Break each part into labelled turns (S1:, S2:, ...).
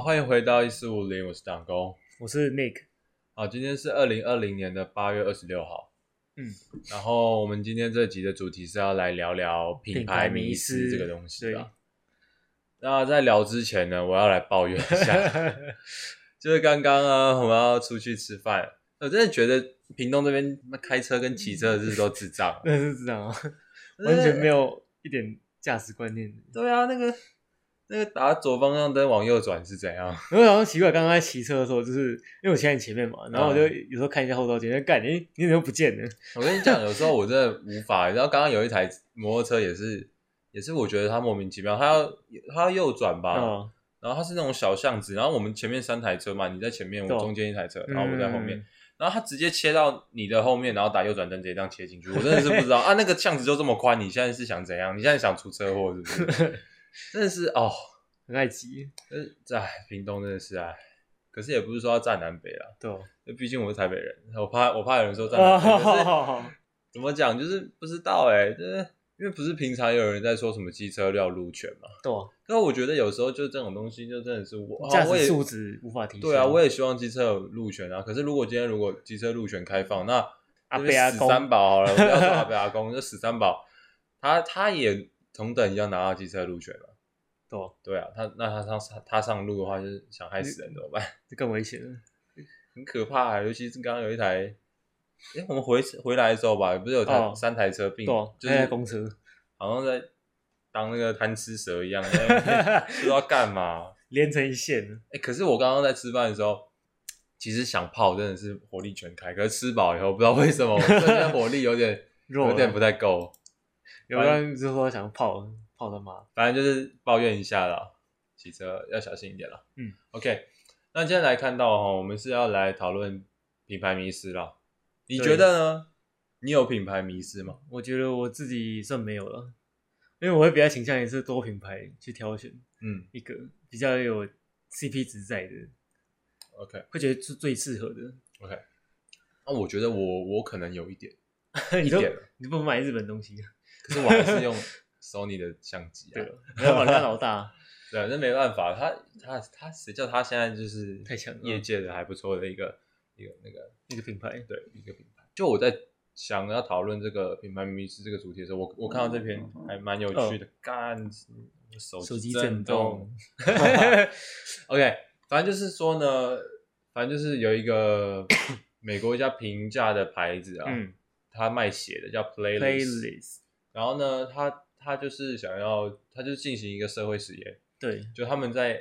S1: 欢迎回到一四五零，我是党工。
S2: 我是 Nick，
S1: 好，今天是二零二零年的八月二十六号。
S2: 嗯，
S1: 然后我们今天这集的主题是要来聊聊品
S2: 品
S1: 牌
S2: 牌
S1: 迷
S2: 迷
S1: 思
S2: 思，
S1: 这个东西啊。那在聊之前呢，我要来抱怨一下，就是刚刚啊，我们要出去吃饭，我真的觉得屏东这边那开车跟骑车的是都智障
S2: 那是这样啊， 完全没
S1: 有。
S2: 有一点价值观念。
S1: 对啊，那个那个打左方向灯往右转是怎样？
S2: 然后然后奇怪，刚刚在骑车的时候，就是因为我骑在你前面嘛，然后我就有时候看一下后照镜，就干你你怎么不见了？
S1: 我跟你讲，有时候我真的无法。然后刚刚有一台摩托车也是，也是我觉得它莫名其妙，它要它要右转吧，
S2: 啊，
S1: 然后它是那种小巷子，然后我们前面三台车嘛，你在前面，我
S2: 懂
S1: 中间一台车，
S2: 嗯
S1: 然后我在后面，，然后它直接切到你的后面，然后打右转灯直接这样切进去，我真的是不知道 啊，那个巷子就这么宽，你现在是想怎样？你现在想出车祸是不 是？真的是哦，
S2: 很爱骑，
S1: 呃，哎，屏东真的是哎，可是也不是说要站南北啦，
S2: 对哦，
S1: 毕竟我是台北人，我怕我怕有人说站
S2: 啊
S1: 南北，
S2: 好
S1: 可是
S2: 好好，
S1: 怎么讲，就是不知道哎、就是因为不是平常有人在说什么机车要路权嘛，
S2: 对哦，
S1: 但我觉得有时候就这种东西，就真的是我
S2: 价
S1: 啊我
S2: 值
S1: 也
S2: 素质无法提升。
S1: 对啊，我也希望机车有路权啊。可是如果今天如果机车路权开放，那那
S2: 阿伯
S1: 边
S2: 阿
S1: 死
S2: 公
S1: 三宝好了，不要说阿伯阿 公，就死三宝，他他也同等一样拿到机车路权了。
S2: 对哦，嗯
S1: 对啊，他那他上他上路的话，就是想害死人怎么办？
S2: 这更危险了。
S1: 很可怕、啊，尤其是刚刚有一台，哎、我们回回来的时候吧，不是有台、
S2: 哦
S1: 三台车并
S2: 对哦，
S1: 就
S2: 还在
S1: 是
S2: 公车，
S1: 好像在当那个贪吃蛇 一样，在那边不知道干嘛。
S2: 连成一线了。
S1: 哎、可是我刚刚在吃饭的时候，其实想泡真的是火力全开，可是吃饱以后不知道为什么，我瞬间火力有点
S2: 弱啊了
S1: 有点不太够。
S2: 有人就说想泡泡他妈，
S1: 反正就是抱怨一下啦，骑车要小心一点啦。
S2: 嗯
S1: ，OK，那今天来看到哈，我们是要来讨论品牌迷失啦。你
S2: 对
S1: 觉得呢？你有品牌迷失吗？
S2: 我觉得我自己算没有了，因为我会比较倾向于是多品牌去挑选。
S1: 嗯
S2: 一个比较有 CP 值在的，
S1: ，OK
S2: 会觉得是最适合的。
S1: OK，那、我觉得我我可能有一点，
S2: 你都
S1: 一点了
S2: 你不买日本东西，啊
S1: 可是我还是用 Sony 的相机啊。
S2: 对了，你要把人家老 大，
S1: 对，啊那没办法，他他他，谁叫他现在就是
S2: 太强了
S1: 业界的还不错的一个一个那个
S2: 那个品牌
S1: 对一个品牌。就我在想要讨论这个品牌迷失这个主题的时候，我我看到这篇
S2: 嗯
S1: 还蛮有趣的，干手
S2: 哦手机
S1: 震
S2: 震
S1: 动
S2: 动。
S1: OK，反正就是说呢，反正就是有一 个美国一家平价的牌子啊，
S2: 嗯
S1: 它卖鞋的叫 Playlist，
S2: ，playlist，
S1: 然后呢，它它就是想要，它就进行一个社会实验。
S2: 对，
S1: 就他们在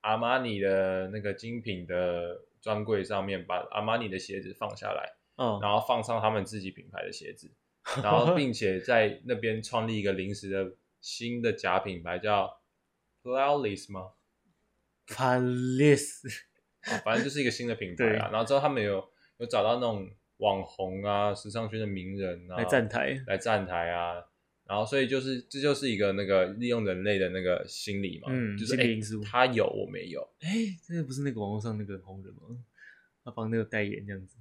S1: 阿玛尼的那个精品的专柜上面，把阿玛尼的鞋子放下来，
S2: 哦，
S1: 然后放上他们自己品牌的鞋子，然后并且在那边创立一个临时的新的假品牌，叫 Playlist 吗？
S2: playlist，
S1: 啊反正就是一个新的品牌啊。然后之后他们有有找到那种网红啊、时尚圈的名人啊
S2: 来站台，
S1: 来站台啊。然后，所以就是这就是一个那个利用人类的那个心理嘛，
S2: 嗯
S1: 就是
S2: 心理
S1: 诶
S2: 因素
S1: 他有我没有，
S2: 哎，真的不是那个网络上那个红人吗？他帮那个代言这样子，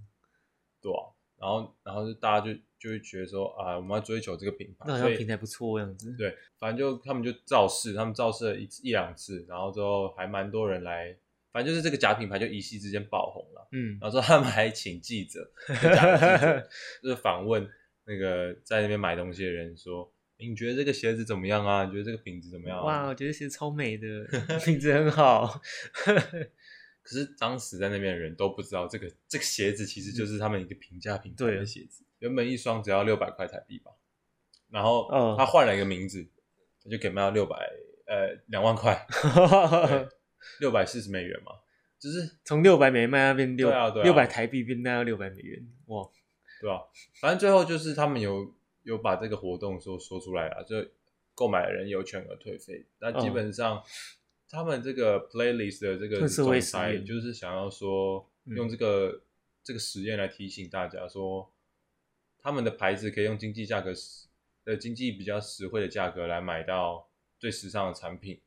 S1: 对啊，然后然后就大家就就会觉得说啊，我们要追求这个品牌，
S2: 那好
S1: 所
S2: 像
S1: 以
S2: 平台不错这样子，
S1: 啊对，反正就他们就造势，他们造势了一一两次，然后之后还蛮多人来，反正就是这个假品牌就一夕之间爆红了。
S2: 嗯，
S1: 然后之后他们还请记者，就假的记者就是访问那个在那边买东西的人说，诶你觉得这个鞋子怎么样啊？你觉得这个品质怎么样、啊？
S2: 哇，哦我觉得其实超美 的，品质很好，
S1: 可是当时在那边的人都不知道，这个这个鞋子其实就是他们一个平价品牌
S2: 嗯对啊
S1: 的鞋子，原本一双只要六百块台币吧，然后
S2: 嗯
S1: 他换了一个名字，他就给卖到六百呃两万 块，六百四十美元嘛，就是
S2: 从六百美卖到变六
S1: 对啊对啊
S2: 六百台币变卖到六百美元，哇，
S1: 对吧？反正最后就是他们有有把这个活动说说出来啊，就购买的人有全额退费，那
S2: 嗯
S1: 基本上。他们这个 playlist 的这个
S2: 这是
S1: 总
S2: 为实
S1: 裁
S2: 验
S1: 就是想要说，
S2: 嗯
S1: 用这个、这个实验来提醒大家说，他们的牌子可以用经济价格实呃经济比较实惠的价格来买到最时尚的产品，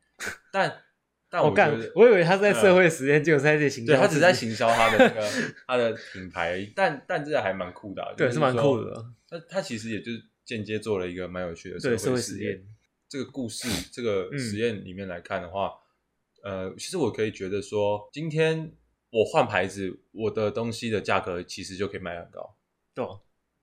S1: 但但
S2: 我
S1: 我觉
S2: 哦干
S1: 得，，
S2: 我以为他是在社
S1: 嗯
S2: 会实验，结果是在这行销
S1: 对
S2: 自己。
S1: 他只是 在行销他的那个他的品牌而已，但但这个还蛮酷的啊、
S2: 对
S1: 就是
S2: 蛮
S1: 说
S2: 酷的啊。
S1: 他他其实也就是间接做了一个蛮有趣的
S2: 对社
S1: 会
S2: 会
S1: 实
S2: 实
S1: 验
S2: 验。
S1: 这个故事这个
S2: 嗯
S1: 实验里面来看的话，呃，其实我可以觉得说，今天我换牌子，我的东西的价格其实就可以卖很高。
S2: 对啊，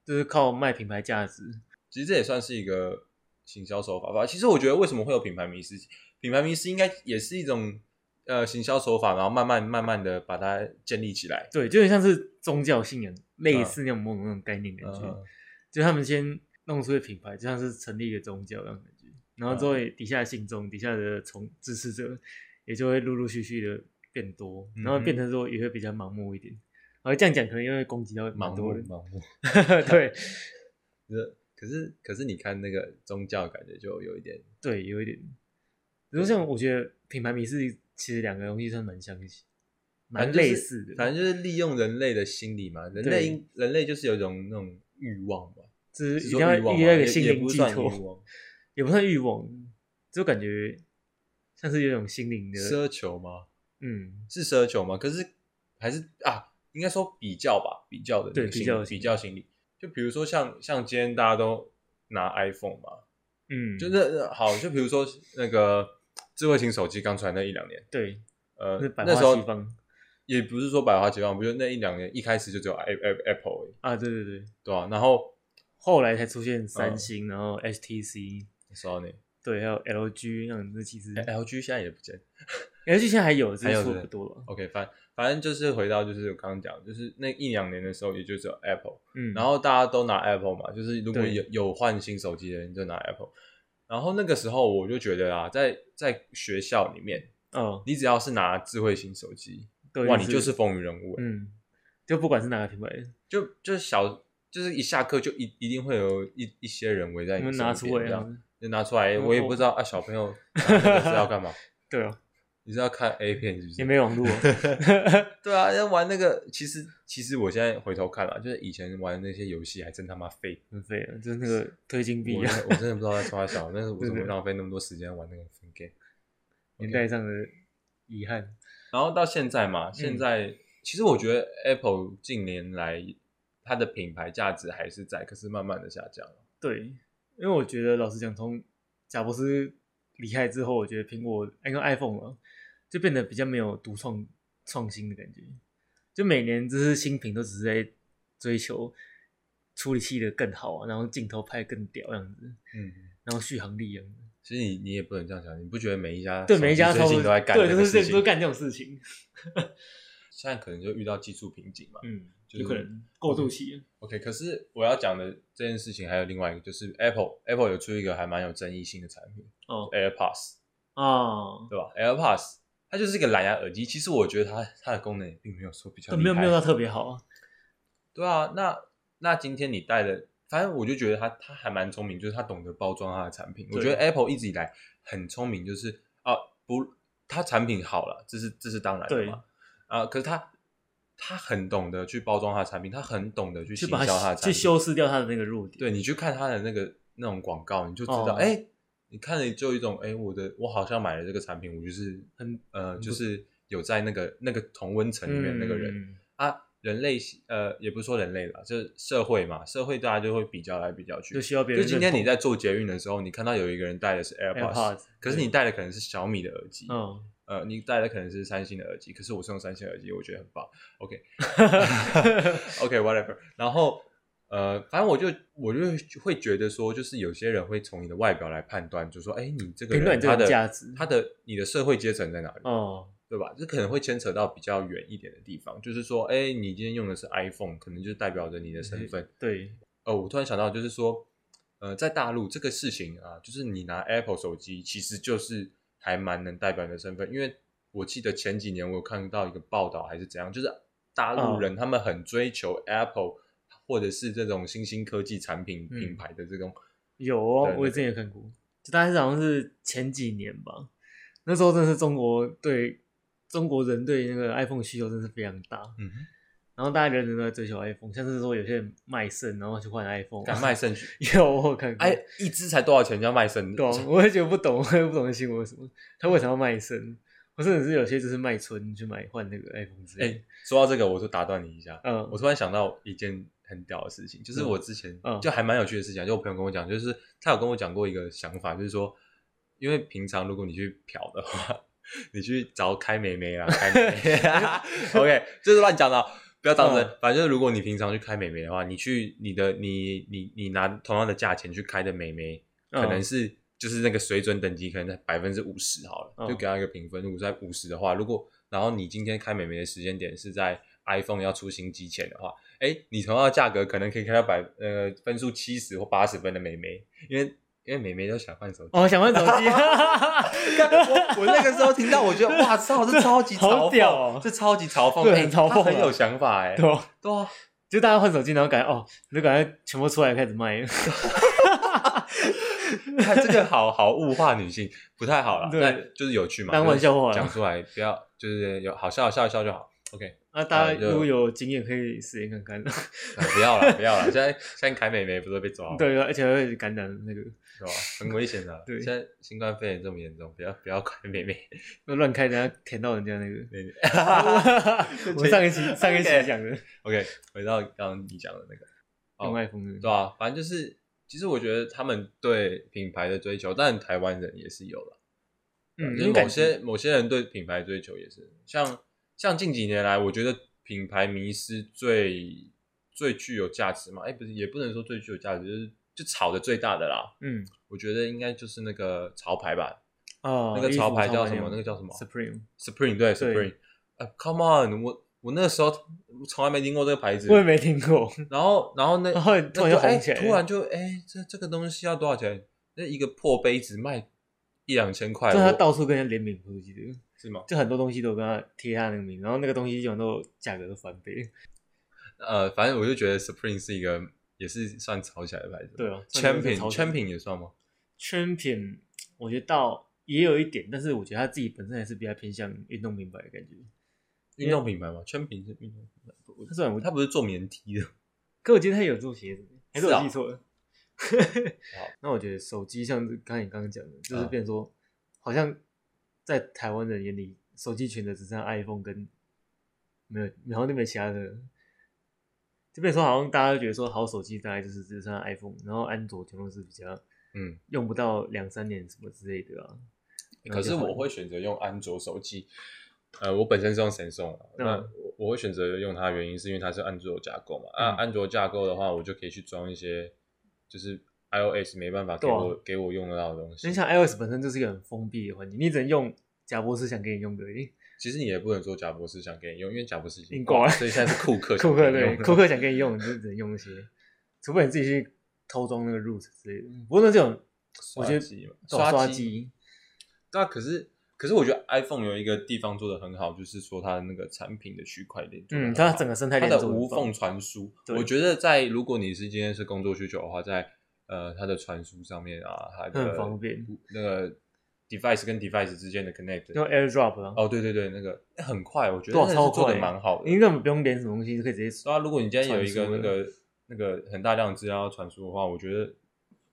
S2: 就是靠卖品牌价值。
S1: 其实这也算是一个行销手法吧。其实我觉得为什么会有品牌迷失？品牌迷失应该也是一种呃行销手法，然后慢慢慢慢的把它建立起来。
S2: 对，就有点像是宗教信仰，类似那种某种那种概念感觉。
S1: 嗯，
S2: 就他们先弄出一个品牌，就像是成立一个宗教那种感觉，然后
S1: 嗯
S2: 之后也底下的信众、底下的从支持者也就会陆陆续续的变多，
S1: 嗯哼
S2: 然后变成说也会比较盲目一点。然后这样讲可能因为攻击到
S1: 盲
S2: 蛮
S1: 目
S2: 多人，
S1: 盲目。
S2: 对
S1: 可是可是你看那个宗教，感觉就有一点
S2: 对，有一点。比如像我觉得品牌迷是其实两个东西算蛮相似，蛮
S1: 反正就是
S2: 类似的，
S1: 反正就是利用人类的心理嘛，人类因人类就是有一种那种欲望嘛，
S2: 就是
S1: 是
S2: 一定
S1: 说
S2: 要
S1: 欲望嘛
S2: 一定要有一个
S1: 也
S2: 心
S1: 也
S2: 灵
S1: 不
S2: 寄
S1: 算
S2: 托
S1: 欲望，
S2: 也不算欲望，就感觉像是有一种心灵的，
S1: 奢求吗？
S2: 嗯，
S1: 是奢求吗？可是还是啊，应该说比较吧，比较的那
S2: 对
S1: 个心
S2: 比较
S1: 理
S2: 的
S1: 比
S2: 心理
S1: 较心理，就比如说像像今天大家都拿 iPhone 嘛，
S2: 嗯，
S1: 就那那好，就比如说那个智慧型手机刚出来那一两年，
S2: 对，
S1: 呃
S2: 那，百
S1: 那时
S2: 花
S1: 候
S2: 齐放
S1: 也不是说百花齐放，不就那一两年一开始就只有 Apple Apple 而已
S2: 啊，对对对，
S1: 对吧、然后
S2: 后来才出现
S1: 嗯
S2: 三星，然后 HTC，
S1: 说到你
S2: 对，还有 LG 那种，那其实
S1: LG 现在也不见。
S2: LG 现在还有，只
S1: 哎还有
S2: 是说
S1: 对
S2: 不多了。
S1: OK，反反正就是回到就是我刚刚讲，就是那一两年的时候，也就只有 Apple，
S2: 嗯，
S1: 然后大家都拿 Apple 嘛，就是如果
S2: 对
S1: 有有换新手机的人就拿 Apple。然后那个时候我就觉得啊，在在学校里面，
S2: 哦，
S1: 你只要是拿智慧型手机，
S2: 对，
S1: 哇，你就是风云人物欸、
S2: 嗯，就不管是哪个品牌，
S1: 就就小就是一下课就一一定会有一一些人围在
S2: 我
S1: 你
S2: 们
S1: 身
S2: 拿
S1: 边，
S2: 出来
S1: 这
S2: 啊
S1: 样，就拿出来，
S2: 嗯
S1: 我也不知道啊，小朋友拿这个是要 干嘛？
S2: 对啊，
S1: 你是要看 A 片是不是？
S2: 也没网络啊，
S1: 对啊，要玩那个，其实 其实我现在回头看了，就是以前玩那些游戏还真他妈废，
S2: 很废了，啊就是那个推金币
S1: 我
S2: 啊，
S1: 真的我真的不知道在冲啥小， 但是我怎么
S2: 真的
S1: 浪费那么多时间玩那个 fun game？
S2: 年代嗯上的遗憾。
S1: 然后到现在嘛，现在、其实我觉得 Apple 近年来它的品牌价值还是在，可是慢慢的下降了。
S2: 对，因为我觉得老实讲，从贾博士离开之后，我觉得苹果因为 iPhone 了，就变得比较没有独创创新的感觉。就每年这些新品都只是在追求处理器的更好啊，然后镜头拍得更屌样子，
S1: 嗯，
S2: 然后续航力样子。
S1: 其实你你也不能这样想，你不觉得每一家
S2: 对，每一家
S1: 手
S2: 超
S1: 机最近都在干
S2: 对，
S1: 这
S2: 就
S1: 个
S2: 是
S1: 事
S2: 这都
S1: 情？
S2: 干这种事情。
S1: 现在可能就遇到技术瓶颈嘛。
S2: 嗯，
S1: 就是
S2: 有可能过渡期。
S1: OK，可是我要讲的这件事情还有另外一个，就是 Apple Apple 有出一个还蛮有争议性的产品
S2: 哦
S1: AirPods。
S2: 啊，
S1: 对吧？AirPods 它就是一个蓝牙耳机，其实我觉得它它的功能也并没有说比较
S2: 对，
S1: 厉
S2: 没有没有
S1: 害。
S2: 到特别好啊。
S1: 对啊，那那今天你带的，反正我就觉得它它还蛮聪明，就是它懂得包装它的产品。
S2: 对
S1: 我觉得 Apple 一直以来很聪明，就是啊不，它产品好了，这是这是当然的
S2: 对
S1: 嘛。啊，可是它它很懂得去包装它的产品，它很懂得去
S2: 去
S1: 行
S2: 把
S1: 销它
S2: 它
S1: 的产
S2: 去
S1: 品。
S2: 修饰掉它的那个弱点。
S1: 对，你去看它的那个那种广告，你就知道，
S2: 哦
S1: 哎、你看了就有一种，哎，我的我好像买了这个产品，我就是
S2: 很
S1: 呃，
S2: 很
S1: 就
S2: 不
S1: 是有在那个那个同温层里面的那个人、
S2: 嗯
S1: 啊，人类呃，也不是说人类吧，就是社会嘛，社会大家就会比较来比较去
S2: 就。需要别
S1: 就
S2: 人。
S1: 今天你在做捷运的时候，你看到有一个人戴的是 AirPods，,
S2: AirPods，
S1: 可是你戴的可能是小米的耳机，
S2: 嗯，
S1: 呃，你戴的可能是三星的耳机，可是我是用三星耳机，我觉得很棒。OK，OK whatever。然后呃，反正我就我就会觉得说，就是有些人会从你的外表来判断，就说，哎，你这个
S2: 评论
S1: 人
S2: 这
S1: 他的
S2: 个人价值
S1: 他的你的社会阶层在哪里？
S2: 哦，
S1: 对吧？这可能会牵扯到比较远一点的地方，就是说，哎，你今天用的是 iPhone，可能就代表着你的
S2: 嗯
S1: 身份。
S2: 对，
S1: 哦，我突然想到，就是说，呃，在大陆这个事情啊，就是你拿 Apple 手机，其实就是还蛮能代表你的身份，因为我记得前几年我有看到一个报道还是怎样，就是大
S2: 嗯
S1: 陆人他们很追求 Apple 或者是这种新兴科技产品
S2: 嗯
S1: 品牌的这种，
S2: 有哦
S1: 对，
S2: 我之前也看过，就大概是好像是前几年吧，那时候真的是中国对中国人对那个 iPhone 的需求真的是非常大，
S1: 嗯，
S2: 然后大家人人都在追求 iPhone，像是说有些人卖肾然后去换 iPhone，
S1: 敢卖肾，
S2: 有我有看过，
S1: 哎，一支才多少钱就要卖肾？
S2: 懂，我也觉得不懂，我也不懂这新闻为什么他为什么要卖肾，或甚至是有些就是卖春去买换那个 iPhone 之
S1: 哎、
S2: 类的，
S1: 说到这个，我就打断你一下。
S2: 嗯
S1: 我突然想到一件很屌的事情，就是我之前、
S2: 嗯
S1: 就还蛮有趣的事情啊，就我朋友跟我讲，就是他有跟我讲过一个想法，就是说，因为平常如果你去嫖的话，你去找开美眉啦，开美眉。OK，这是乱讲的哦，不要当真。
S2: 嗯
S1: 反正如果你平常去开美眉的话，你去你的你你你拿同样的价钱去开的美眉，可能
S2: 嗯
S1: 是、就是那个水准等级可能在百分之五十好了，
S2: 嗯
S1: 就给他一个评分。如果在五十的话，如果然后你今天开美眉的时间点是在 iPhone 要出新机前的话，哎，你同样的价格可能可以开到百呃分数七十或八十分的美眉，因为因为美眉都想换 手机。
S2: 哦，想换手机，
S1: 我我那个时候听到，我觉得哇操，这超级嘲
S2: 好
S1: 讽，
S2: 屌哦
S1: 这超级嘲讽，
S2: 对
S1: 哎
S2: 很嘲讽
S1: 他很
S2: 啊
S1: 有想法哎、
S2: 对哦，
S1: 对啊，
S2: 就大家换手机，然后感觉哦，你就感觉全部出来开始卖，
S1: 看这个好好物化女性不太好了，
S2: 对
S1: 但就是有趣嘛，
S2: 当玩笑话啊
S1: 讲出来，不要就是有好笑笑一笑就好。OK，
S2: 那大
S1: 哎
S2: 家
S1: 就
S2: 如果有经验可以实验看看。
S1: 啊不要了，不要了。现在现在凯美眉不是被抓吗？
S2: 对，而且会感染那个
S1: 是吧？很危险的。
S2: 对
S1: 现在新冠肺炎这么严重，不要不要凯美 眉。
S2: 那乱开，人家舔到人家 那个。
S1: 对
S2: 我上一期上一期讲的
S1: OK，回到刚刚你讲的那个，哦
S2: 用 iPhone
S1: 对
S2: 的，
S1: 啊，反正就是，其实我觉得他们对品牌的追求，但台湾人也是有了。
S2: 嗯，
S1: 因为某些某些人对品牌追求也是，像像近几年来，我觉得品牌迷失最最具有价值嘛，哎，不是也不能说最具有价值，就是就炒的最大的啦。
S2: 嗯
S1: 我觉得应该就是那个潮牌吧
S2: 哦，
S1: 那个
S2: 衣服
S1: 潮牌叫
S2: 那
S1: 什么
S2: 样
S1: 那个叫什么
S2: ？Supreme，
S1: ，Supreme 对
S2: 对
S1: Supreme，呃、c o m e on，我我那个时候我从来没听过这个牌子
S2: 我，也没听过。
S1: 然后然后那
S2: 然后突
S1: 那
S2: 然就
S1: 就哎
S2: 红起来，
S1: 突然就哎这这个东西要多少钱？那一个破杯子卖一两千块，
S2: 就他
S1: 我
S2: 到处跟人家联名，我记得
S1: 是吗？
S2: 就很多东西都跟他贴他那个名，然后那个东西基本上都价格都翻倍。
S1: 呃，反正我就觉得 Supreme 是一个也是算炒起来的牌子。
S2: 对啊
S1: 圈
S2: 算
S1: 品
S2: 是炒起来
S1: 圈品也算吗？
S2: 圈品我觉得到也有一点，但是我觉得他自己本身还是比较偏向运动品牌的感觉。
S1: 运动品牌吗？圈品是运动品牌，不
S2: 他虽然我
S1: 他不是做棉 T 的。
S2: 可我觉得他有做鞋子，还是
S1: 是
S2: 我
S1: 啊
S2: 记错了？ 那我觉得手机像是刚才你刚刚讲的，就是
S1: 嗯
S2: 变成说，好像在台湾人眼里，手机圈的只剩下 iPhone 跟没有，然后那边其他的，就变成说好像大家都觉得说，好手机大概就是只剩下 iPhone，然后安卓全都是比较
S1: 嗯，
S2: 用不到两三年什么之类的啊。然
S1: 可
S2: 后
S1: 是
S2: 就
S1: 我会选择用安卓手机。呃，我本身是用 Samsung，、啊、那
S2: 嗯
S1: 我我会选择用它，的原因是因为它是安卓架构嘛。啊，
S2: 嗯
S1: 安卓架构的话，我就可以去装一些就是 iOS 没办法给
S2: 对啊
S1: 我、给我用得到的东西
S2: 你。想 iOS 本身就是一个很封闭的环境，你只能用贾博士想给你用的，
S1: 其实你也不能说贾博士想给你用，因为贾博士已
S2: 已
S1: 经
S2: 经挂了
S1: 所以现在是库 克
S2: 库
S1: 想
S2: 克
S1: 给你
S2: 对
S1: 用
S2: 库克想给你用，你就只能用那些，除非你自己去偷装那个 root 之类的。不过那这种我觉得
S1: 嗯刷机嘛
S2: 对啊刷
S1: 刷
S2: 机
S1: 那可是，可是我觉得 iPhone 有一个地方做的很好，就是说它的那个产品的区块链做得很
S2: 嗯，
S1: 好，
S2: 它整个生态
S1: 啊它
S2: 链
S1: 的
S2: 做得
S1: 无
S2: 很棒
S1: 缝传输，
S2: 对
S1: 我觉得在如果你是今天是工作需求的话，在呃它的传输上面啊，它的
S2: 很方便
S1: 那个 device 跟 device 之间的 connect，
S2: 用 AirDrop 啊，
S1: 哦，对对对，那个哎很快，我觉得
S2: 对啊
S1: 真的
S2: 超
S1: 是做的
S2: 快
S1: 蛮好的，
S2: 你根本不用连什么东西就可以直接
S1: 对啊，如果你今天有一个那
S2: 传输了
S1: 个那个很大量的资料要传输的话，我觉得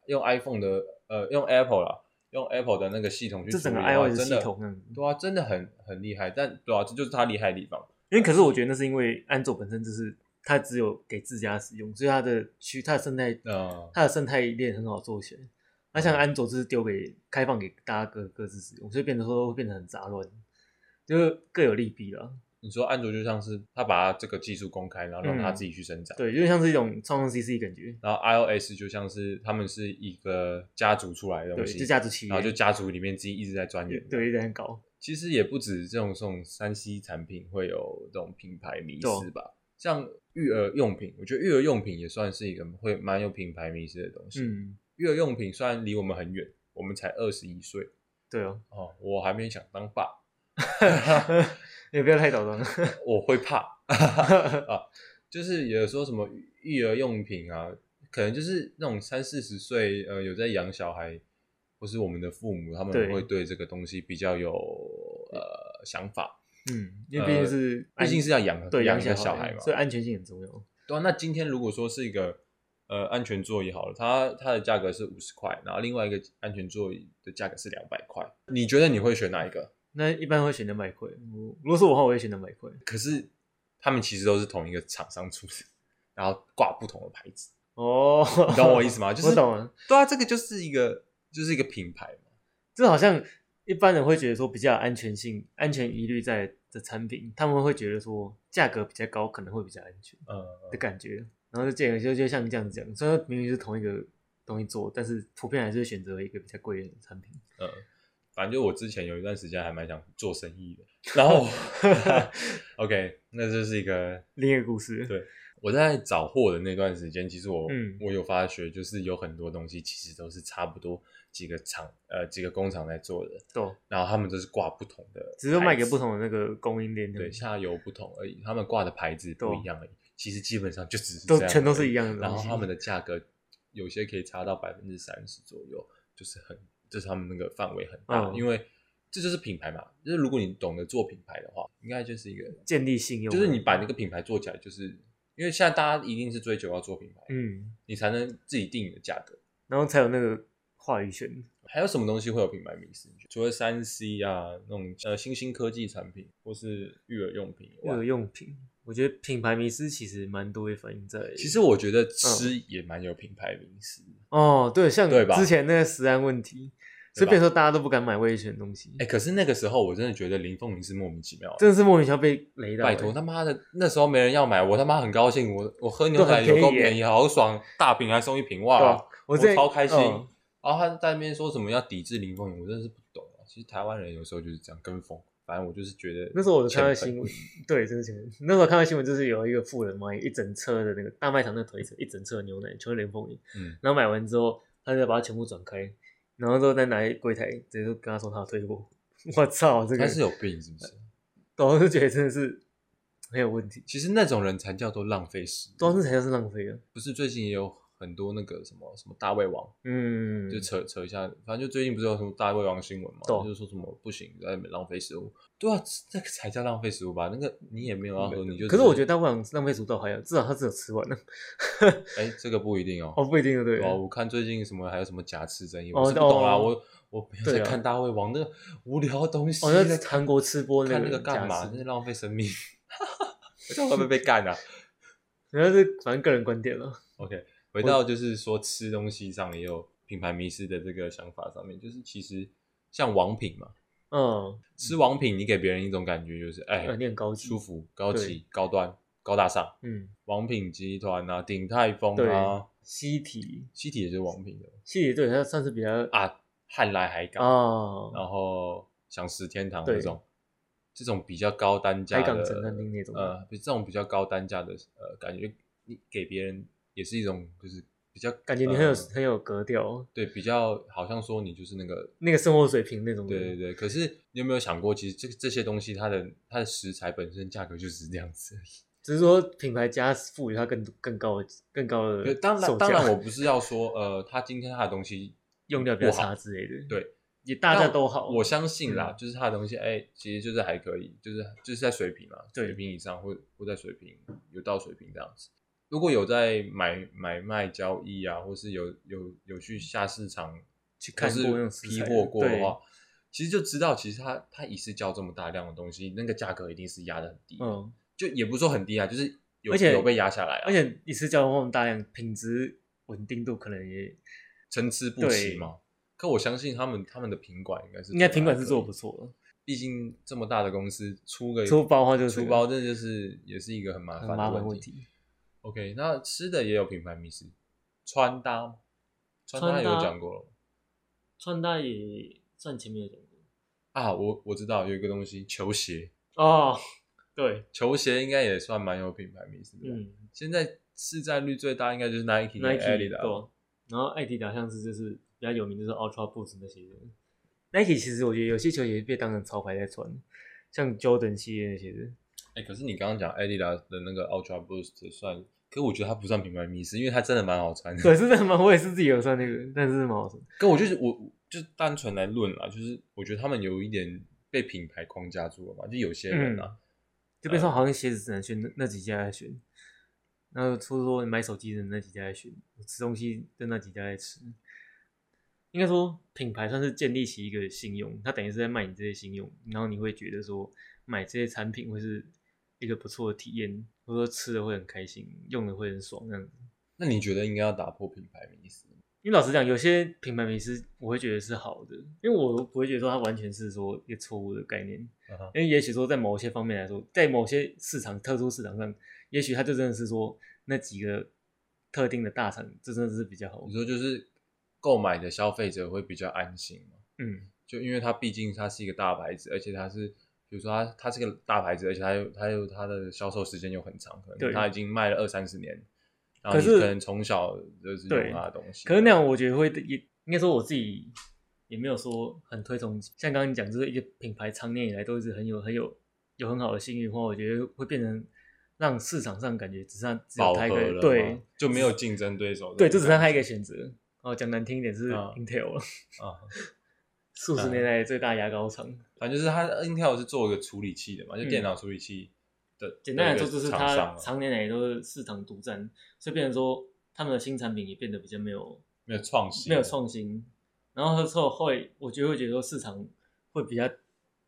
S1: 用 iPhone 的呃用 Apple 啦，用 Apple 的那个系统去
S2: 这
S1: 处
S2: 整
S1: 理
S2: 个
S1: 的话，
S2: iOS
S1: 真
S2: 系
S1: 的
S2: 统那样子。
S1: 对啊，真的很很厉害，但对啊，这就是它厉害的地方。
S2: 因为可是我觉得那是因为安卓本身就是它只有给自家使用，所以它的区它的生态
S1: 嗯，
S2: 它的生态链很好做起来。那像安卓就是丢给开放给大家各各自使用，所以变得说会变得很杂乱，就是各有利弊了。
S1: 你说安卓就像是它把它这个技术公开，然后让它
S2: 嗯
S1: 自己去生长。
S2: 对，有点像是一种创创 CC 感觉，
S1: 然后 iOS 就像是他们是一个家族出来的
S2: 对，
S1: 东西，
S2: 就价值企业，
S1: 然后就家族里面自己一直在钻研。
S2: 对，一直在搞。
S1: 其实也不止这种这种三 C 产品会有这种品牌迷
S2: 哦
S1: 失吧，像育儿用品，我觉得育儿用品也算是一个会蛮有品牌迷失的东西。
S2: 嗯，
S1: 育儿用品虽然离我们很远，我们才二十一岁
S2: 对哦，
S1: 哦，我还没想当爸，
S2: 也不要太早装。
S1: 我会怕。啊就是有说什么育儿用品啊，可能就是那种三四十岁呃有在养小孩，或是我们的父母，他们
S2: 对
S1: 会对这个东西比较有呃想法，
S2: 嗯，因为毕竟是
S1: 呃毕
S2: 安
S1: 竟是要养
S2: 对
S1: 养
S2: 养
S1: 一个
S2: 小
S1: 孩嘛，
S2: 所以安全性很重要。
S1: 对啊，那今天如果说是一个呃安全座椅好了，它它的价格是五十块，然后另外一个安全座椅的价格是两百块，你觉得你会选哪一个？
S2: 那一般会选择买块，我如果是我的话，我会选择买块。
S1: 可是他们其实都是同一个厂商出的，然后挂不同的牌子，
S2: 哦，
S1: 你 懂我意思吗？就是
S2: 我懂啊，
S1: 对啊，这个就是一个就是一个品牌嘛，
S2: 这好像一般人会觉得说比较有安全性、安全疑虑在的产品，他们会觉得说价格比较高可能会比较安全
S1: 嗯，
S2: 的感觉。然后就见就就像你这样子讲，虽然明明是同一个东西做，但是普遍还是会选择一个比较贵的产品。
S1: 嗯，反正就我之前有一段时间还蛮想做生意的，然 后 OK，那这是一个
S2: 另一个故事，
S1: 对我在找货的那段时间，其实我、
S2: 嗯
S1: 我有发觉，就是有很多东西其实都是差不多几个厂呃几个工厂在做的，
S2: 懂，
S1: 然后他们都是挂不同的牌子，
S2: 只是卖给不同的那个供应链，
S1: 对下游不同而已，他们挂的牌子不一样而已，其实基本上就只是
S2: 啊都
S1: 这样
S2: 全都
S1: 而
S2: 是
S1: 已
S2: 一样的
S1: 然
S2: 东
S1: 后
S2: 西。
S1: 他们的价格有些可以差到百分之三十左右，就是很，就是他们那个范围很大，
S2: 嗯
S1: 因为这就是品牌嘛，就是如果你懂得做品牌的话，应该就是一个，
S2: 建立信用，啊
S1: 就是你把那个品牌做起来，就是因为现在大家一定是追求要做品牌，
S2: 嗯，
S1: 你才能自己定你的价格。
S2: 然后才有那个话语权。
S1: 还有什么东西会有品牌迷失？除了三 C 啊那种呃新兴科技产品或是育儿用品以
S2: 日
S1: 外，
S2: 用品，我觉得品牌迷失其实蛮多会反映在。
S1: 其实我觉
S2: 嗯
S1: 得吃也蛮有品牌迷失的。
S2: 哦，对，像
S1: 对吧
S2: 之前那个食安问题，
S1: 对吧
S2: 所以变成说大家都不敢买味全的东西，
S1: 哎、可是那个时候我真的觉得林凤营是莫名其妙的，
S2: 真的是莫名其妙被雷到、
S1: 拜托
S2: 欸
S1: 他妈的，那时候没人要买，我他妈很高兴，我我喝牛奶
S2: 对很
S1: 有
S2: 便宜
S1: 够
S2: 耶
S1: 便宜，好爽，大瓶还送一瓶
S2: 对
S1: 哇
S2: 吧，
S1: 我
S2: 我之前
S1: 超开心。
S2: 嗯
S1: 然后他在那边说什么要抵制林凤营，我真的是不懂啊。其实台湾人有时候就是这样跟风，反正我就是觉得
S2: 那时候我就 看到
S1: 欠喷
S2: 新闻，对，真的新闻。那时候看到新闻，就是有一个富人买一整车的那个大卖场那个推车，一整车的牛奶，全是连凤眼。
S1: 嗯，
S2: 然后买完之后，他就把它全部转开，然后之后再拿去柜台，直接就跟他说他有退货。我操，这
S1: 他
S2: 个
S1: 是有病是不是？
S2: 我就觉得真的是很有问题，
S1: 其实那种人才叫做浪费时
S2: 装
S1: 间。
S2: 饰才像是浪费了。
S1: 不是最近也有很多那个什么什么大胃王，
S2: 嗯，啊
S1: 就扯扯一下，反正就最近不是有什么大胃王新闻嘛，
S2: 懂
S1: 就是说什么不行，在那边浪费食物。对啊，这个才叫浪费食物吧？那个你也没有要喝，你就
S2: 嗯可是我觉
S1: 得，
S2: 得大胃王浪费主导还有，至少他只有吃完了。
S1: 哎，这个不一定哦。
S2: 哦，不一定的，对
S1: 对啊，
S2: 了。
S1: 我看最近什么还有什么假吃争议，
S2: 哦
S1: 我是不懂啦，
S2: 哦
S1: 我我没有在
S2: 对啊
S1: 看大胃王那个无聊的东西，
S2: 哦，那
S1: 在
S2: 是韩国吃播
S1: 看那
S2: 个
S1: 个干
S2: 假
S1: 嘛？
S2: 释
S1: 真是浪费生命， 我这样会不会被干啊
S2: 然后是反正个人观点了。
S1: ？OK，回到就是说吃东西上也有品牌迷失的这个想法上面，就是其实像王品嘛，
S2: 嗯，
S1: 吃王品，你给别人一种感觉就是，哎、
S2: 有点高级
S1: 舒。服、高级、高端、高大上。
S2: 嗯，
S1: 王品集团啊，鼎泰丰
S2: 对
S1: 啊，
S2: 西体，
S1: 西体也是王品的
S2: 西体对他算是比较
S1: 啊，汉来海港，
S2: 啊，
S1: 然后享食天堂
S2: 对
S1: 这种，这种比较高单价
S2: 海
S1: 的，
S2: 港城餐厅那种。
S1: 呃，比这种比较高单价的，呃，感觉你给别人也是一种就是比较
S2: 感觉你很有
S1: 呃
S2: 很有格调，
S1: 对，比较好像说你就是那个
S2: 那个生活水平那种。
S1: 对对，对，可是你有没有想过，其实这这些东西它的它的食材本身价格就只是这样子而已。
S2: 只是说品牌加赋予它更更高的更高的售
S1: 对，
S2: 价。
S1: 当然当然，我不是要说呃，他今天他的东西
S2: 用料比较
S1: 不好
S2: 差之类的。
S1: 对，
S2: 也大家都好。
S1: 我相信啦，
S2: 嗯
S1: 就是他的东西，哎，其实就是还可以，就是就是在水平啦，
S2: 对
S1: 水平以上或或在水平有到水平这样子。如果有在买买卖交易啊，或是有有有去下市场
S2: 去
S1: 或
S2: 看
S1: 是
S2: 过那种食
S1: 批
S2: 材
S1: 货过的
S2: 对
S1: 话，其实就知道，其实他他一次交这么大量的东西，那个价格一定是压的很低的，
S2: 嗯，
S1: 就也不是说很低啊，就是有
S2: 而且
S1: 有被压下来啊，
S2: 而且一次交换大量，品质稳定度可能也
S1: 参差不齐嘛。可我相信他们他们的品管应该是
S2: 应该品管是做
S1: 做
S2: 得不，错
S1: 毕竟这么大的公司出个
S2: 的，出包的话就是
S1: 出包，这就是也是一个很麻
S2: 啊很
S1: 烦
S2: 麻
S1: 的
S2: 烦
S1: 问
S2: 问
S1: 题。
S2: 题。
S1: OK，那吃的也有品牌迷失，穿搭吗，穿搭
S2: 穿搭
S1: 有讲过了吗
S2: 穿搭也算前面有讲过
S1: 啊，我我知道有一个东西，球鞋，
S2: 哦，对，
S1: 球鞋应该也算蛮有品牌迷失的吧。
S2: 嗯
S1: 现在市占率最大应该就是 Nike 跟
S2: ，Nike 对
S1: Adidas，
S2: 啊，然后艾迪达像是就是比较有名就是 Ultra Boost 那些的。Nike 其实我觉得有些球鞋被当成潮牌在穿，像 Jordan 系列那些的，
S1: 哎、可是你刚刚讲 Adidas 的那个 Ultra Boost 算，可我觉得它不算品牌迷失，因为它真的蛮好穿的。
S2: 对，是真的蛮，我也是自己有穿那个，但是蛮好穿。
S1: 跟我就是我就单纯来论啦，就是我觉得他们有一点被品牌框架住了嘛，就有些人
S2: 嗯
S1: 啊，
S2: 就变成好像鞋子只能选那那几家来选，然后出说你买手机的那几家来选，吃东西的那几家来吃。应该说品牌算是建立起一个信用，它等于是在卖你这些信用，然后你会觉得说买这些产品会是一个不错的体验，或者说吃的会很开心，用的会很爽那样子。
S1: 那你觉得应该要打破品牌迷思吗？
S2: 因为老实讲，有些品牌迷失我会觉得是好的，因为我不会觉得说它完全是说一个错误的概念，
S1: 嗯哼
S2: 因为也许说在某些方面来说，在某些市场特殊市场上，也许它就真的是说那几个特定的大厂，这真的是比较好
S1: 你。说就是购买的消费者会比较安心嘛？
S2: 嗯，
S1: 就因为它毕竟它是一个大牌子，而且它是，比如说它它是个大牌子，而且它又它又它的销售时间又很长，可能
S2: 对
S1: 它已经卖了二三十年，然后
S2: 可
S1: 你
S2: 是
S1: 可能从小就是
S2: 对
S1: 用它的东西。
S2: 可是那样我觉得会也应该说我自己也没有说很推崇，像刚刚你讲，就是一个品牌长年以来都一直很有很有有很好的信誉的话，我觉得会变成让市场上感觉只剩只有
S1: 饱和
S2: 它一个
S1: 了，
S2: 对，
S1: 就没有竞争对手。
S2: 对，就只剩他一个选择。哦，讲难听一点是
S1: 啊
S2: Intel 了，
S1: 啊，
S2: 数十年来最大牙膏厂。
S1: 反正就是它 Intel 是做一个处理器的嘛，就
S2: 嗯
S1: 电脑处理器的。
S2: 简单来说，
S1: 的一
S2: 就
S1: 个
S2: 是
S1: 厂商啊
S2: 它
S1: 嘛
S2: 常年来都是市场独占，所以变成说他们的新产品也变得比较没有
S1: 没有创新，
S2: 没有创新。然后之后会，我觉得会觉得说市场会比较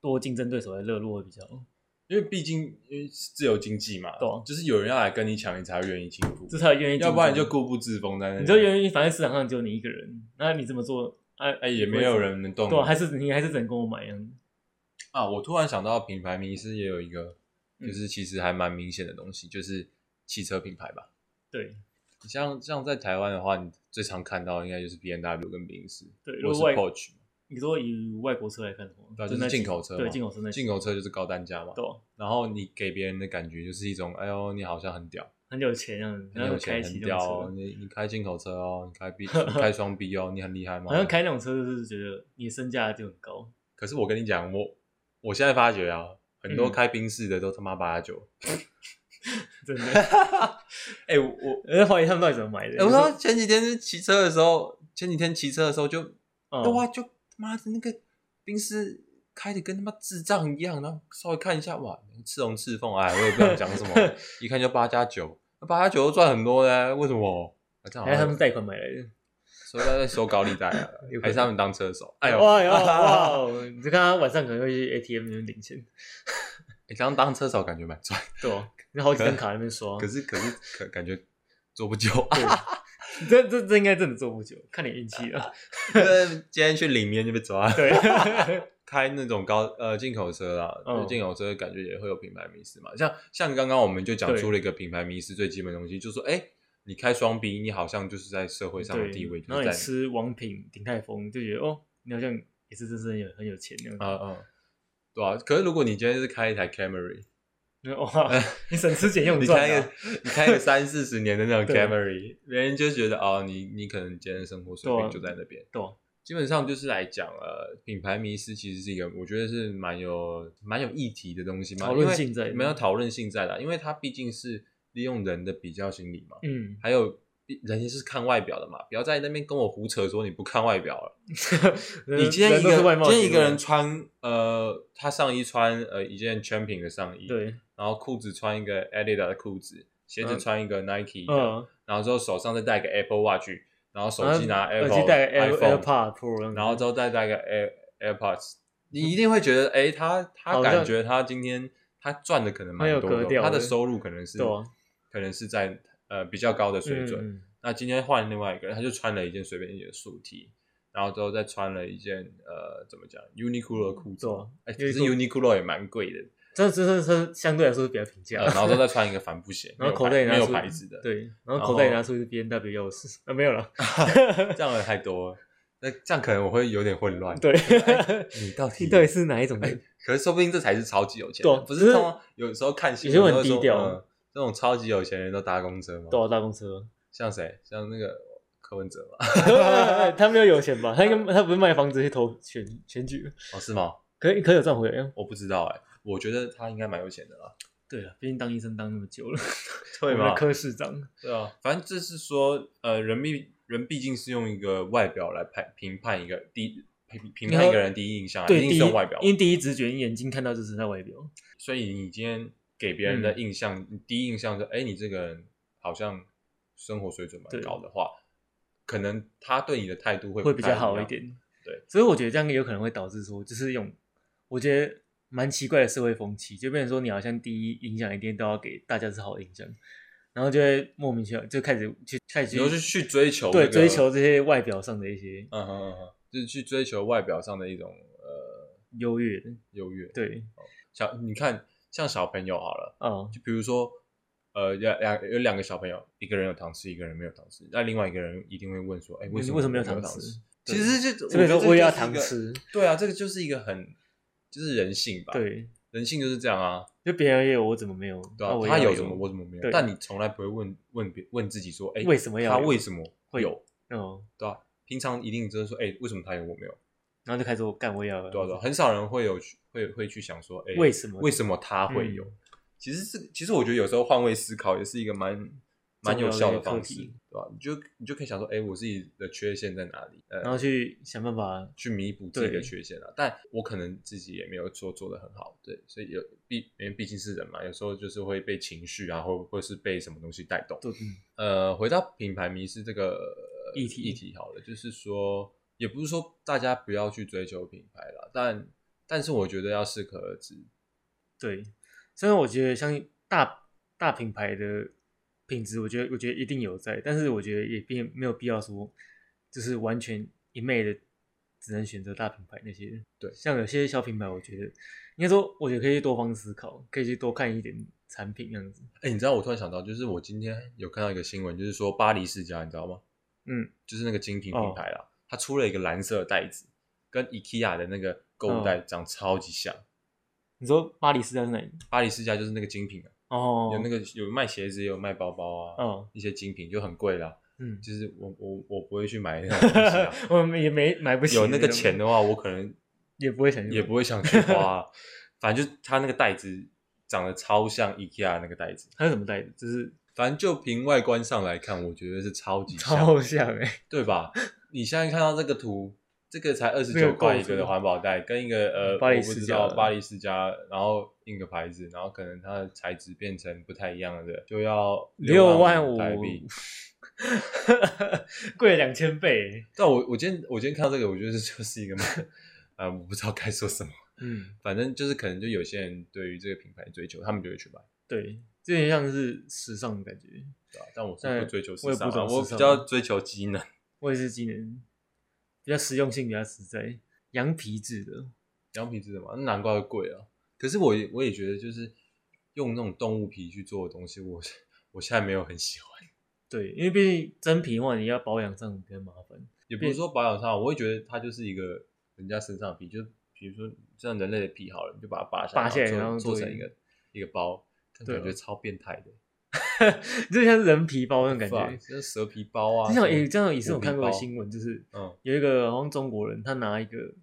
S2: 多竞争对手来热络会比较好，
S1: 因为毕竟因为是自由经济嘛，
S2: 对啊
S1: 就是有人要来跟你抢，你才会愿意进步
S2: 这，才有愿意竞争。
S1: 要不然你就固步自封在那里，
S2: 你就愿意，反正市场上只有你一个人，那你这么做，哎、
S1: 哎也没有人能动你。
S2: 对啊、还是你还是只能跟我买一样的。
S1: 啊，我突然想到品牌迷失也有一个，
S2: 嗯
S1: 就是其实还蛮明显的东西，就是汽车品牌吧。
S2: 对
S1: 你像像在台湾的话，你最常看到应该就是 B N W 跟宾士，
S2: 对，
S1: 或
S2: 如
S1: 是
S2: 果外
S1: Porsche，
S2: 你说以外国车来看的话，
S1: 对啊，就是
S2: 那几
S1: 进口车嘛，
S2: 对进口车那几
S1: 进口车就是高单价嘛。
S2: 对啊，
S1: 然后你给别人的感觉就是一种，哎呦，你好像很屌，
S2: 很有钱这样子，
S1: 你
S2: 然后
S1: 有
S2: 嗯开
S1: 钱
S2: 起
S1: 很
S2: 这种
S1: 屌
S2: 车，
S1: 哦，你你开进口车哦，你 开 B 你开双 B 哦，你很厉害吗？
S2: 好像开那种车就是觉得你身价就很高，
S1: 可是我跟你讲，我我现在发觉啊，很多
S2: 嗯
S1: 开宾士的都他妈八加九。
S2: 真的。
S1: 哎、我我、
S2: 我在怀疑他们到底怎么买的。
S1: 哎我说前几天骑车的时候，前几天骑车的时候就，
S2: 嗯
S1: 哇、就他妈的那个宾士开的跟他妈智障一样，然后稍微看一下，哇，赤龙赤凤，哎，我也不想讲什么， 一看就八加九，那八加九都赚很多呢，为什么？啊、这样好
S2: 还是他们
S1: 像
S2: 是贷款买来的。
S1: 收他在收高利贷啊，
S2: 有 可能
S1: 还是他们当车手？哎呦，
S2: 哇哟哇哦！你就看他晚上可能会去 ATM 那边领钱，
S1: 你刚哎当车手感觉蛮赚，
S2: 对哦，那好几张卡在那边刷
S1: 可。是可是可感觉做不 久。
S2: 对，这这这应该真的做不久，看你运 气了。
S1: 今天去里面就被抓。
S2: 对，
S1: 开那种高呃进口车啦，
S2: 嗯
S1: 就是进口车感觉也会有品牌迷失嘛。像像刚刚我们就讲
S2: 对
S1: 出了一个品牌迷失最基本的东西，就说哎、诶你开双 B，你好像就是在社会上的地位
S2: 对，
S1: 就
S2: 然后
S1: 是
S2: 你
S1: 在
S2: 吃王品鼎泰丰，就觉得哦，你好像也是真是很有很有钱那样
S1: 啊。啊、对啊。可是如果你今天是开一台 Camry，
S2: 那哇，哦 你省吃俭用
S1: 哦 你
S2: 赚
S1: 开一
S2: 啊
S1: 个！你开一个三四十年的 那种
S2: 对
S1: Camry，别人就觉得哦，你你可能今天的生活水
S2: 对
S1: 平
S2: 啊
S1: 就在那边。
S2: 对啊，
S1: 基本上就是来讲，呃，品牌迷失其实是一个，我觉得是蛮有蛮有议题的东西嘛，
S2: 讨论性在
S1: 因为蛮有讨论性在的，因为它毕竟是利用人的比较心理嘛，
S2: 嗯，
S1: 还有人家是看外表的嘛，不要在那边跟我胡扯说你不看外表了。 你今天
S2: 人
S1: 一
S2: 都是外
S1: 个
S2: 貌
S1: 今天
S2: 协
S1: 一个
S2: 会啊
S1: 人穿呃，他上衣穿呃一件 Champion 的上衣，，
S2: 对，
S1: 然后裤子穿一个 Adidas 的裤子，鞋子
S2: 嗯
S1: 穿一个 Nike，的、
S2: 嗯，
S1: 然后之后手上再戴个 Apple Watch，然后手机拿
S2: 然
S1: Apple
S2: 后耳机戴个 Air
S1: iPhone
S2: AirPod Pro，
S1: 然后之后再带个 Air AirPods，你一定会觉得，哎、他他
S2: 好像
S1: 感觉他今天他赚的可能蛮多
S2: 很有
S1: 的
S2: 格
S1: 哦，
S2: 调
S1: 他的
S2: 的
S1: 收入可能是、
S2: 对啊
S1: 可能是在呃比较高的水准。
S2: 嗯
S1: 那今天换另外一个人，他就穿了一件随便一件素 T，然后之后再穿了一件呃怎么讲 Uniqlo 的裤子
S2: 对啊，
S1: 哎、其实
S2: Uniqlo
S1: Uniqlo 也蛮贵的，
S2: 这这这这相对来说是比较平价
S1: 呃，然后之后再穿一个帆布鞋，
S2: 然后
S1: 没有
S2: 口
S1: 牌
S2: 袋也拿
S1: 没有
S2: 出
S1: 牌子的，，
S2: 对，然后
S1: 然
S2: 口袋也
S1: 后
S2: 拿出一个 B N W 钥匙啊，没有了，
S1: 这样的太多了，那这样可能我会有点混乱。
S2: 对，
S1: 哎你 到底哎
S2: 你到底是哪一种？
S1: 可是说不定这才是超级有钱人，
S2: 对啊
S1: 不
S2: 就是是
S1: 通常有时候看新
S2: 有
S1: 闻
S2: 些
S1: 都
S2: 很
S1: 会说
S2: 低调
S1: 嗯那种超级有钱人都搭公车嘛，
S2: 多少啊大公车？
S1: 像谁？像那个柯文哲嘛？
S2: 他没有有钱吧？他应该他不是卖房子去投选选举，
S1: 哦，是吗？
S2: 可以可以有赚回来。
S1: 我不知道哎、我觉得他应该蛮有钱的啦，
S2: 对啊了，毕竟当医生当那么久了，
S1: 对
S2: 我们
S1: 吗
S2: 的？科室长，
S1: 对啊，反正这是说，呃，人毕人毕竟是用一个外表来判评判一个第一评评判一个人的第一印象啊，一
S2: 对
S1: 定是
S2: 第一
S1: 用外表，
S2: 因为第一直觉，你眼睛看到就是他外表，
S1: 所以你今天给别
S2: 嗯
S1: 人的印象，你第一印象是，哎、你这个人好像生活水准蛮
S2: 对
S1: 高的话，可能他对你的态度会
S2: 会
S1: 不
S2: 比
S1: 太
S2: 较好
S1: 样
S2: 一。点。
S1: 对，
S2: 所以我觉得这样有可能会导致说，就是用我觉得蛮奇怪的社会风气，就变成说你好像第一印象一定都要给大家是好的印象，然后就会莫名其妙就开始去开始
S1: 你就是去追求
S2: 对
S1: 那个
S2: 追求这些外表上的一些
S1: 嗯哼嗯哼，就是去追求外表上的一种呃
S2: 优越，
S1: 优越。
S2: 对，
S1: 小你看，像小朋友好了，
S2: 哦，
S1: 就比如说呃两两有两个小朋友，一个人有糖吃，一个人没有糖吃，那另外一个人一定会问说，哎，为什
S2: 为什
S1: 么
S2: 么没有
S1: 有
S2: 糖
S1: 糖
S2: 吃？
S1: 其
S2: 对
S1: 实就
S2: 这边说
S1: 觉得
S2: 我也
S1: 就
S2: 要
S1: 是一
S2: 糖
S1: 个，
S2: 吃，
S1: 对啊，这个就是一个很就是人性吧，，
S2: 对，
S1: 人性就是这样啊，
S2: 就别人也有，我怎么没有？
S1: 对
S2: 那
S1: 啊，
S2: 我也
S1: 他
S2: 要
S1: 有
S2: 有
S1: 什么我怎么没有
S2: 对？
S1: 但你从来不会问问别问自己说，哎，
S2: 为什么要
S1: 他
S2: 有
S1: 为什么
S2: 会
S1: 有？
S2: 哦，
S1: 对啊，平常一定就是说，哎，为什么他有我没有？
S2: 然后就开始我干，我也要，
S1: 对啊，对啊，很少人会有去会会去想说，哎，
S2: 为什么嗯
S1: 为什么他会有？其实这其实我觉得有时候换位思考也是一个蛮蛮有效的方式，
S2: 重要的一个
S1: 对吧、你就你就可以想说，哎，我自己的缺陷在哪里？
S2: 然
S1: 呃，
S2: 后去想办法，
S1: 去弥补自己的
S2: 对
S1: 缺陷啊。但我可能自己也没有做做的很好，对，所以有毕因为毕竟是人嘛，有时候就是会被情绪啊，或或是被什么东西带动。
S2: 对，嗯
S1: 呃，回到品牌迷失这个呃
S2: 议题
S1: 议题好了，就是说，也不是说大家不要去追求品牌啦，但但是我觉得要适可而止。
S2: 对。虽然我觉得像大大品牌的品质，我觉得我觉得一定有在，但是我觉得也并没有必要说，就是完全一昧的只能选择大品牌那些。
S1: 对
S2: 像有些小品牌，我觉得应该说，我觉得可以多方思考，可以去多看一点产品这样子。
S1: 哎、你知道我突然想到，就是我今天有看到一个新闻，就是说巴黎世家，你知道吗？
S2: 嗯，
S1: 就是那个精品
S2: 哦
S1: 品牌啦，它出了一个蓝色的袋子，跟 IKEA 的那个购物
S2: 嗯
S1: 袋长超级像。
S2: 你说巴黎世家是哪里？
S1: 巴黎世家就是那个精品啊，
S2: 哦，
S1: 有那个有卖鞋子，也有卖包包啊，
S2: 哦，
S1: 一些精品就很贵啦。
S2: 嗯，
S1: 就是我我我不会去买那 种东西啊。
S2: 我们也没买不起，
S1: 有那个钱哦的话，我可能
S2: 也不会想去买
S1: 也不会想去花 啊。反正就是它那个袋子长得超像 IKEA 那个袋子，
S2: 它是怎么带的？就是
S1: 反正就凭外观上来看，我觉得是超级像，
S2: 超像哎、欸，
S1: 对吧？你现在看到这个图，这个才二十
S2: 那个
S1: 九
S2: 构
S1: 块一个
S2: 图
S1: 的环保袋，跟一个呃
S2: 巴黎
S1: 我不
S2: 世
S1: 知
S2: 家
S1: 道
S2: 的
S1: 巴黎世家，然后印个牌子，然后可能它的材质变成不太一样的，就要
S2: 六万
S1: 5
S2: 五
S1: 台币。，
S2: 贵了两千倍、欸。
S1: 但我我今天我今天看到这个，我觉得这就是一 个，呃，我不知道该说什么。
S2: 嗯，
S1: 反正就是可能就有些人对于这个品牌追求，他们就会去买，
S2: 对，这有点像是时尚的感觉。
S1: 对吧、但我是
S2: 但
S1: 不追求
S2: 我
S1: 时
S2: 也
S1: 尚
S2: 不
S1: 啊、
S2: 懂
S1: 我
S2: 时
S1: 比
S2: 尚
S1: 较追求机能。
S2: 我也是今年比较实用性比较实在，羊皮质的。
S1: 羊皮质的嘛，那难怪会贵啊。可是我也我也觉得，就是用那种动物皮去做的东西，我我现在没有很喜欢。
S2: 对，因为毕竟真皮的话，你要保养上比较麻烦。
S1: 也不是说保养上，我会觉得它就是一个人家身上的皮，就比如说像人类的皮好了，你就把它拔下来，
S2: 拔下来
S1: 然
S2: 然
S1: 后
S2: 后
S1: 做做
S2: 做
S1: 成
S2: 一
S1: 一
S2: 个
S1: 个一个包，但
S2: 对啊
S1: 感觉超变态的，
S2: 就像是人皮包那种感觉
S1: Fuck，。就是蛇皮包啊，
S2: 之前
S1: 什么
S2: 也这样也是
S1: 虎
S2: 有
S1: 皮
S2: 看过的
S1: 包
S2: 新闻，就是
S1: 嗯
S2: 有一个好像中国人，他拿一个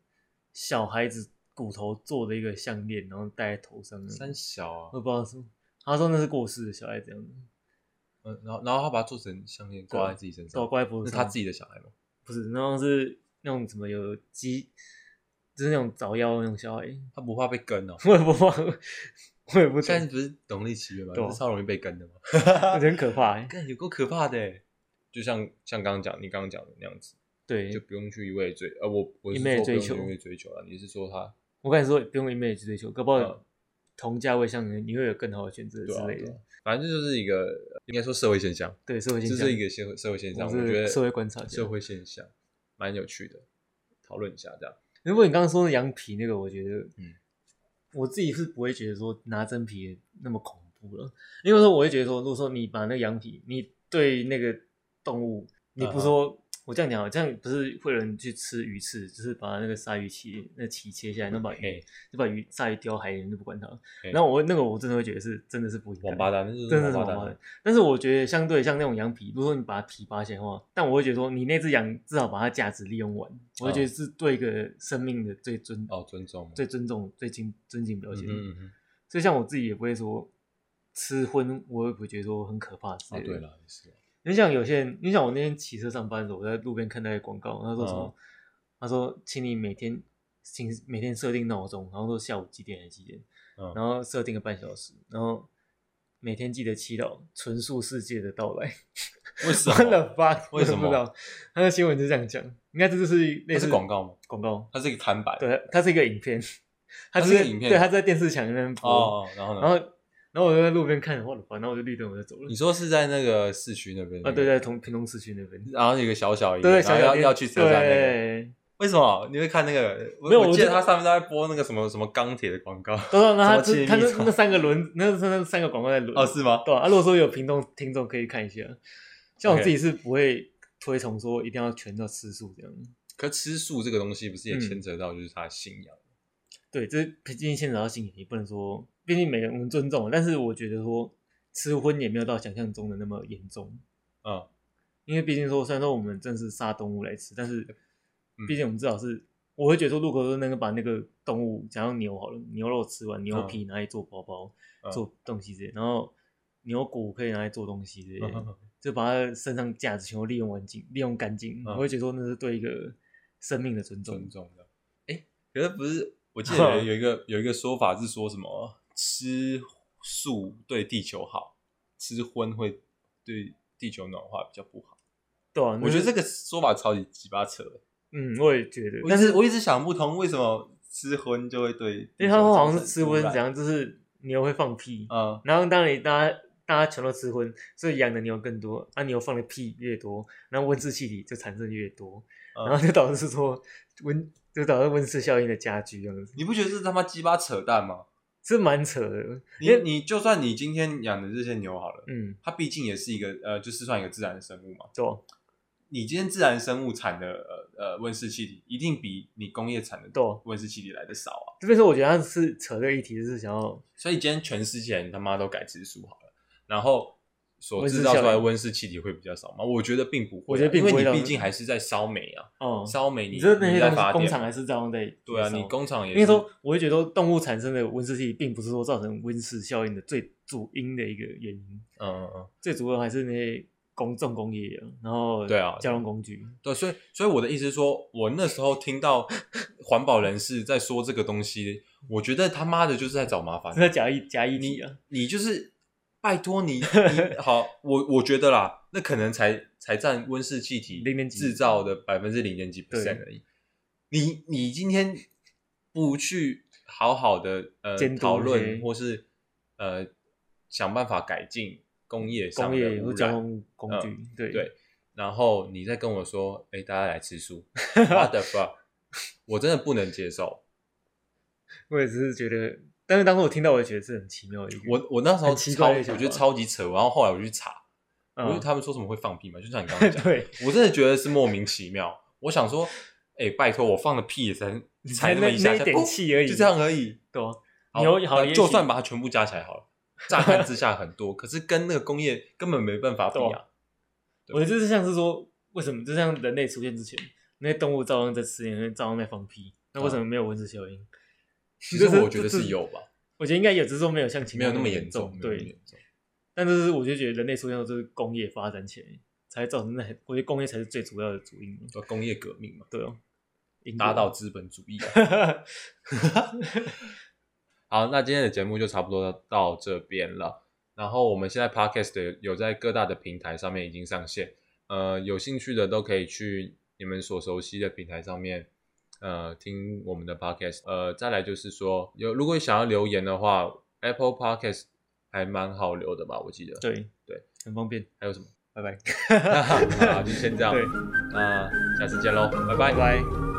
S2: 小孩子骨头做的一个项链，然后戴在头上那种，
S1: 三小啊，
S2: 我也不知道是，他说那是过世的小孩这样子，
S1: 嗯，然后然后他把它做成项链挂在自己身
S2: 搞
S1: 上，
S2: 怪不
S1: 那
S2: 是
S1: 是他自己的小孩吗？
S2: 不是，然后是那种什么有鸡，就是那种早夭那种小孩，
S1: 他不怕被跟哦？
S2: 我也不忘， 我也不
S1: 现在，
S2: 懂
S1: 不是农历七月吗？
S2: 对啊
S1: 不是超容易被跟的吗？
S2: 我觉得很可怕欸。
S1: 干有够可怕的欸，就像像刚刚讲，你刚刚讲的那样子，
S2: 对
S1: 就，不用去一味追，呃，我我是
S2: 一
S1: 说不
S2: 昧
S1: 用
S2: 追求
S1: 去一味追求了，你是说他
S2: 我跟你说，不用一昧去追求，搞不
S1: 嗯
S2: 好同价位上你会有更好的选择
S1: 对
S2: 之
S1: 啊
S2: 类
S1: 对
S2: 的
S1: 啊。反正这就是一个呃应该说社会现象，
S2: 对，社会
S1: 这
S2: 现象，
S1: 是一个社会社会现象，
S2: 我
S1: 我
S2: 是
S1: 觉得
S2: 社会观察家
S1: 社会现象蛮有趣的，讨论一下这样。
S2: 如果你刚刚说的羊皮那个，我觉得，
S1: 嗯
S2: 嗯，我自己是不会觉得说拿真皮那么恐怖了，因为说我会觉得说，如果说你把那个羊皮，你对那个动物，你不说，
S1: 啊
S2: 我这样讲好，这样不是会有人去吃鱼翅，就是把那个鲨鱼鳍那鳍切下来，然后把鱼
S1: 嘿
S2: 就把鱼鲨鱼丢海里面就不管它
S1: 嘿。
S2: 然后我那个我真的会觉得是真的是不应该，
S1: 王八蛋，那就是
S2: 真的是
S1: 王
S2: 王
S1: 八
S2: 八
S1: 蛋
S2: 蛋。。但是我觉得相对像那种羊皮，如果你把它皮扒起来的话，但我会觉得说，你那只羊至少把它价值利用完，我会觉得是对一个生命的最尊、
S1: 哦，尊重嘛，
S2: 最尊重、最敬尊敬表
S1: 嗯
S2: 现。
S1: 嗯嗯，
S2: 所以像我自己也不会说吃荤，我也不会觉得说很可怕之
S1: 哦
S2: 类的。
S1: 对了，也 是，
S2: 你像有些人，你像我那天骑车上班的时候，我在路边看到一个广告，他说什么？
S1: 嗯
S2: 他说，请你每天，请每天设定闹钟，然后说下午几点还是几点，
S1: 嗯
S2: 然后设定个半小时，然后每天记得祈祷纯素世界的到来。
S1: 为什
S2: 完
S1: 么？
S2: 了吧？
S1: 为什么
S2: 我也不知道，他的新闻就是这样讲，应该这就是类
S1: 那
S2: 似
S1: 是广告吗？
S2: 广告，
S1: 它是一个摊板，
S2: 对，它是一个影片，它
S1: 它是一个影片
S2: 对，它在电视墙那边播，
S1: 哦，然后呢？
S2: 然后然后我就在路边看，我的妈，然后我就绿灯，我就走了
S1: 你。说是在那个市区那边
S2: 啊，对，，在同屏东市区那边，
S1: 然后有一个小小医院，
S2: 对，
S1: 然
S2: 小
S1: 后
S2: 小
S1: 要
S2: 店
S1: 要去车站那个，
S2: 对，
S1: 为什么你会看那个？我
S2: 没有
S1: 我
S2: 我
S1: 记得
S2: 就
S1: 它上面都在播那个什么什么钢铁的 广告，
S2: 都让他
S1: 什么
S2: 他那
S1: 气密窗
S2: 那三个轮，那那那三个广告在轮，
S1: 哦，是吗？
S2: 对啊，啊如果说有屏东听众可以看一下，像我自己是不会推崇说一定要全要吃素这样。
S1: 可吃素这个东西不是也
S2: 嗯
S1: 牵扯到就是他的信仰？
S2: 对，这毕竟牵扯到信仰，也不能说，毕竟每个人我们尊重，但是我觉得说吃荤也没有到想象中的那么严重，
S1: 嗯，
S2: 因为毕竟说虽然说我们真是杀动物来吃，但是
S1: 嗯
S2: 毕竟我们至少是，我会觉得说，如果说能够把那个动物，假如牛好了，牛肉吃完，牛皮拿来做包包、
S1: 嗯
S2: 做东西之类，然后牛骨可以拿来做东西之类，
S1: 嗯
S2: 就把它身上价值全部利用完尽，利用干净，
S1: 嗯
S2: 我会觉得说那是对一个生命的尊重。
S1: 尊重的。嗯哎，可是不是？我记得有有一个有一个说法是说什么吃素对地球好，吃荤会对地球暖化比较不好。
S2: 对啊，
S1: 我觉得这个
S2: 个，
S1: 说法超级鸡巴扯的。
S2: 嗯，我也觉得，
S1: 我一
S2: 但
S1: 直
S2: 是
S1: 我一直想不通为什么吃荤就会对地球
S2: 因为他们好像
S1: 造成
S2: 是吃荤
S1: 污染
S2: 怎样，就是牛会放屁，
S1: 嗯，
S2: 然后当你大家大家全都吃荤，所以养的牛更多，啊牛放的屁越多，然后温室气体就产生越多，
S1: 嗯
S2: 然后就导致说温就导致温室效应的加剧，这样子
S1: 你不觉得这他妈鸡巴扯淡吗？
S2: 是蛮扯的。
S1: 你你就算你今天养的这些牛好了，
S2: 嗯，
S1: 它毕竟也是一个呃，就是算一个自然的生物嘛。
S2: 对啊
S1: 你今天自然生物产的呃呃温室气体，一定比你工业产的
S2: 对啊，
S1: 温室气体来的少啊。
S2: 这边说我觉得他是扯这个议题，就是想要
S1: 所以今天全世界人他妈都改吃素好了，然后所
S2: 温室
S1: 制造出
S2: 效
S1: 来的
S2: 应
S1: 温室气体会比较少吗？我觉得并不会啊、
S2: 我觉得并不
S1: 因
S2: 会
S1: 为
S2: 让
S1: 你毕竟还是在烧煤啊，
S2: 哦，
S1: 烧煤你
S2: 你说那
S1: 你
S2: 些
S1: 在
S2: 东
S1: 发
S2: 西
S1: 电
S2: 工厂还是照样在
S1: 对啊，
S2: 烧
S1: 你工厂也
S2: 应该说，我会觉得动物产生的温室气体，并不是说造成温室效应的最主因的一个原因，
S1: 嗯嗯嗯，
S2: 最主要还是那些工重工业啊，然后
S1: 对啊
S2: 交通工具，
S1: 对，所以所以我的意思是说，我那时候听到环保人士在说这个东西，我觉得他妈的就是在找麻烦
S2: 是。在假议假议
S1: 你
S2: 题啊，
S1: 你就是拜托你 你好，我我觉得啦，那可能才才占温室气体
S2: 0.几
S1: 制造的百分之零点几 percent
S2: 对
S1: 而已。你你今天不去好好的呃
S2: 监督
S1: 讨
S2: 这
S1: 论，
S2: 些
S1: 或是呃想办法改进工业上
S2: 工
S1: 的
S2: 业
S1: 污
S2: 或交
S1: 染，嗯
S2: 通工具，对
S1: 对然后你再跟我说，哎、大家来吃素，what the fuck，我 真的不能接受。
S2: 我也只是觉得，但是当时我听到，我也觉得是很奇妙的一个，
S1: 我我那时候
S2: 很奇
S1: 超
S2: 怪的
S1: 我
S2: 想
S1: 觉得
S2: 法
S1: 超级扯，然后后来我去查，我就
S2: 嗯，
S1: 他们说什么会放屁嘛，就像你刚刚讲，
S2: 对，
S1: 我真的觉得是莫名其妙。我想说，哎、拜托，我放的屁也才才那么
S2: 那
S1: 一下
S2: 那
S1: 下，
S2: 一点
S1: 噗
S2: 气而已，
S1: 就这样而已。
S2: 对啊，牛好
S1: 那
S2: 也
S1: 就
S2: 许
S1: 算把它全部加起来好了，乍看之下很多，可是跟那个工业根本没办法比
S2: 对
S1: 啊
S2: 啊。我觉得就是像是说，为什么就像人类出现之前，那些动物照样在吃，那些照样在放屁，那
S1: 啊
S2: 为什么没有温室效应？
S1: 其实
S2: 就是
S1: 我觉得
S2: 就是
S1: 是有吧，
S2: 我觉得应该有，只是说没有像其他
S1: 没有那么严
S2: 严
S1: 重，没有那么
S2: 对
S1: 严。重。
S2: 但就是我就觉得人类出现后，就是工业发展起来才造成那，我觉得工业才是最主要的主因。
S1: 说工业革命嘛，
S2: 对哦，英国
S1: 打 倒资本主义、啊。好，那今天的节目就差不多到这边了。然后我们现在 podcast 有有在各大的平台上面已经上线，呃，有兴趣的都可以去你们所熟悉的平台上面，呃，听我们的 podcast。呃，再来就是说，有如果想要留言的话，Apple Podcast 还蛮好留的吧，我记得。，
S2: 对
S1: 对，
S2: 很方便。
S1: 还有什么？
S2: 拜拜，
S1: 好，就先这样。
S2: 对，
S1: 那下次见喽，拜拜
S2: 拜。拜。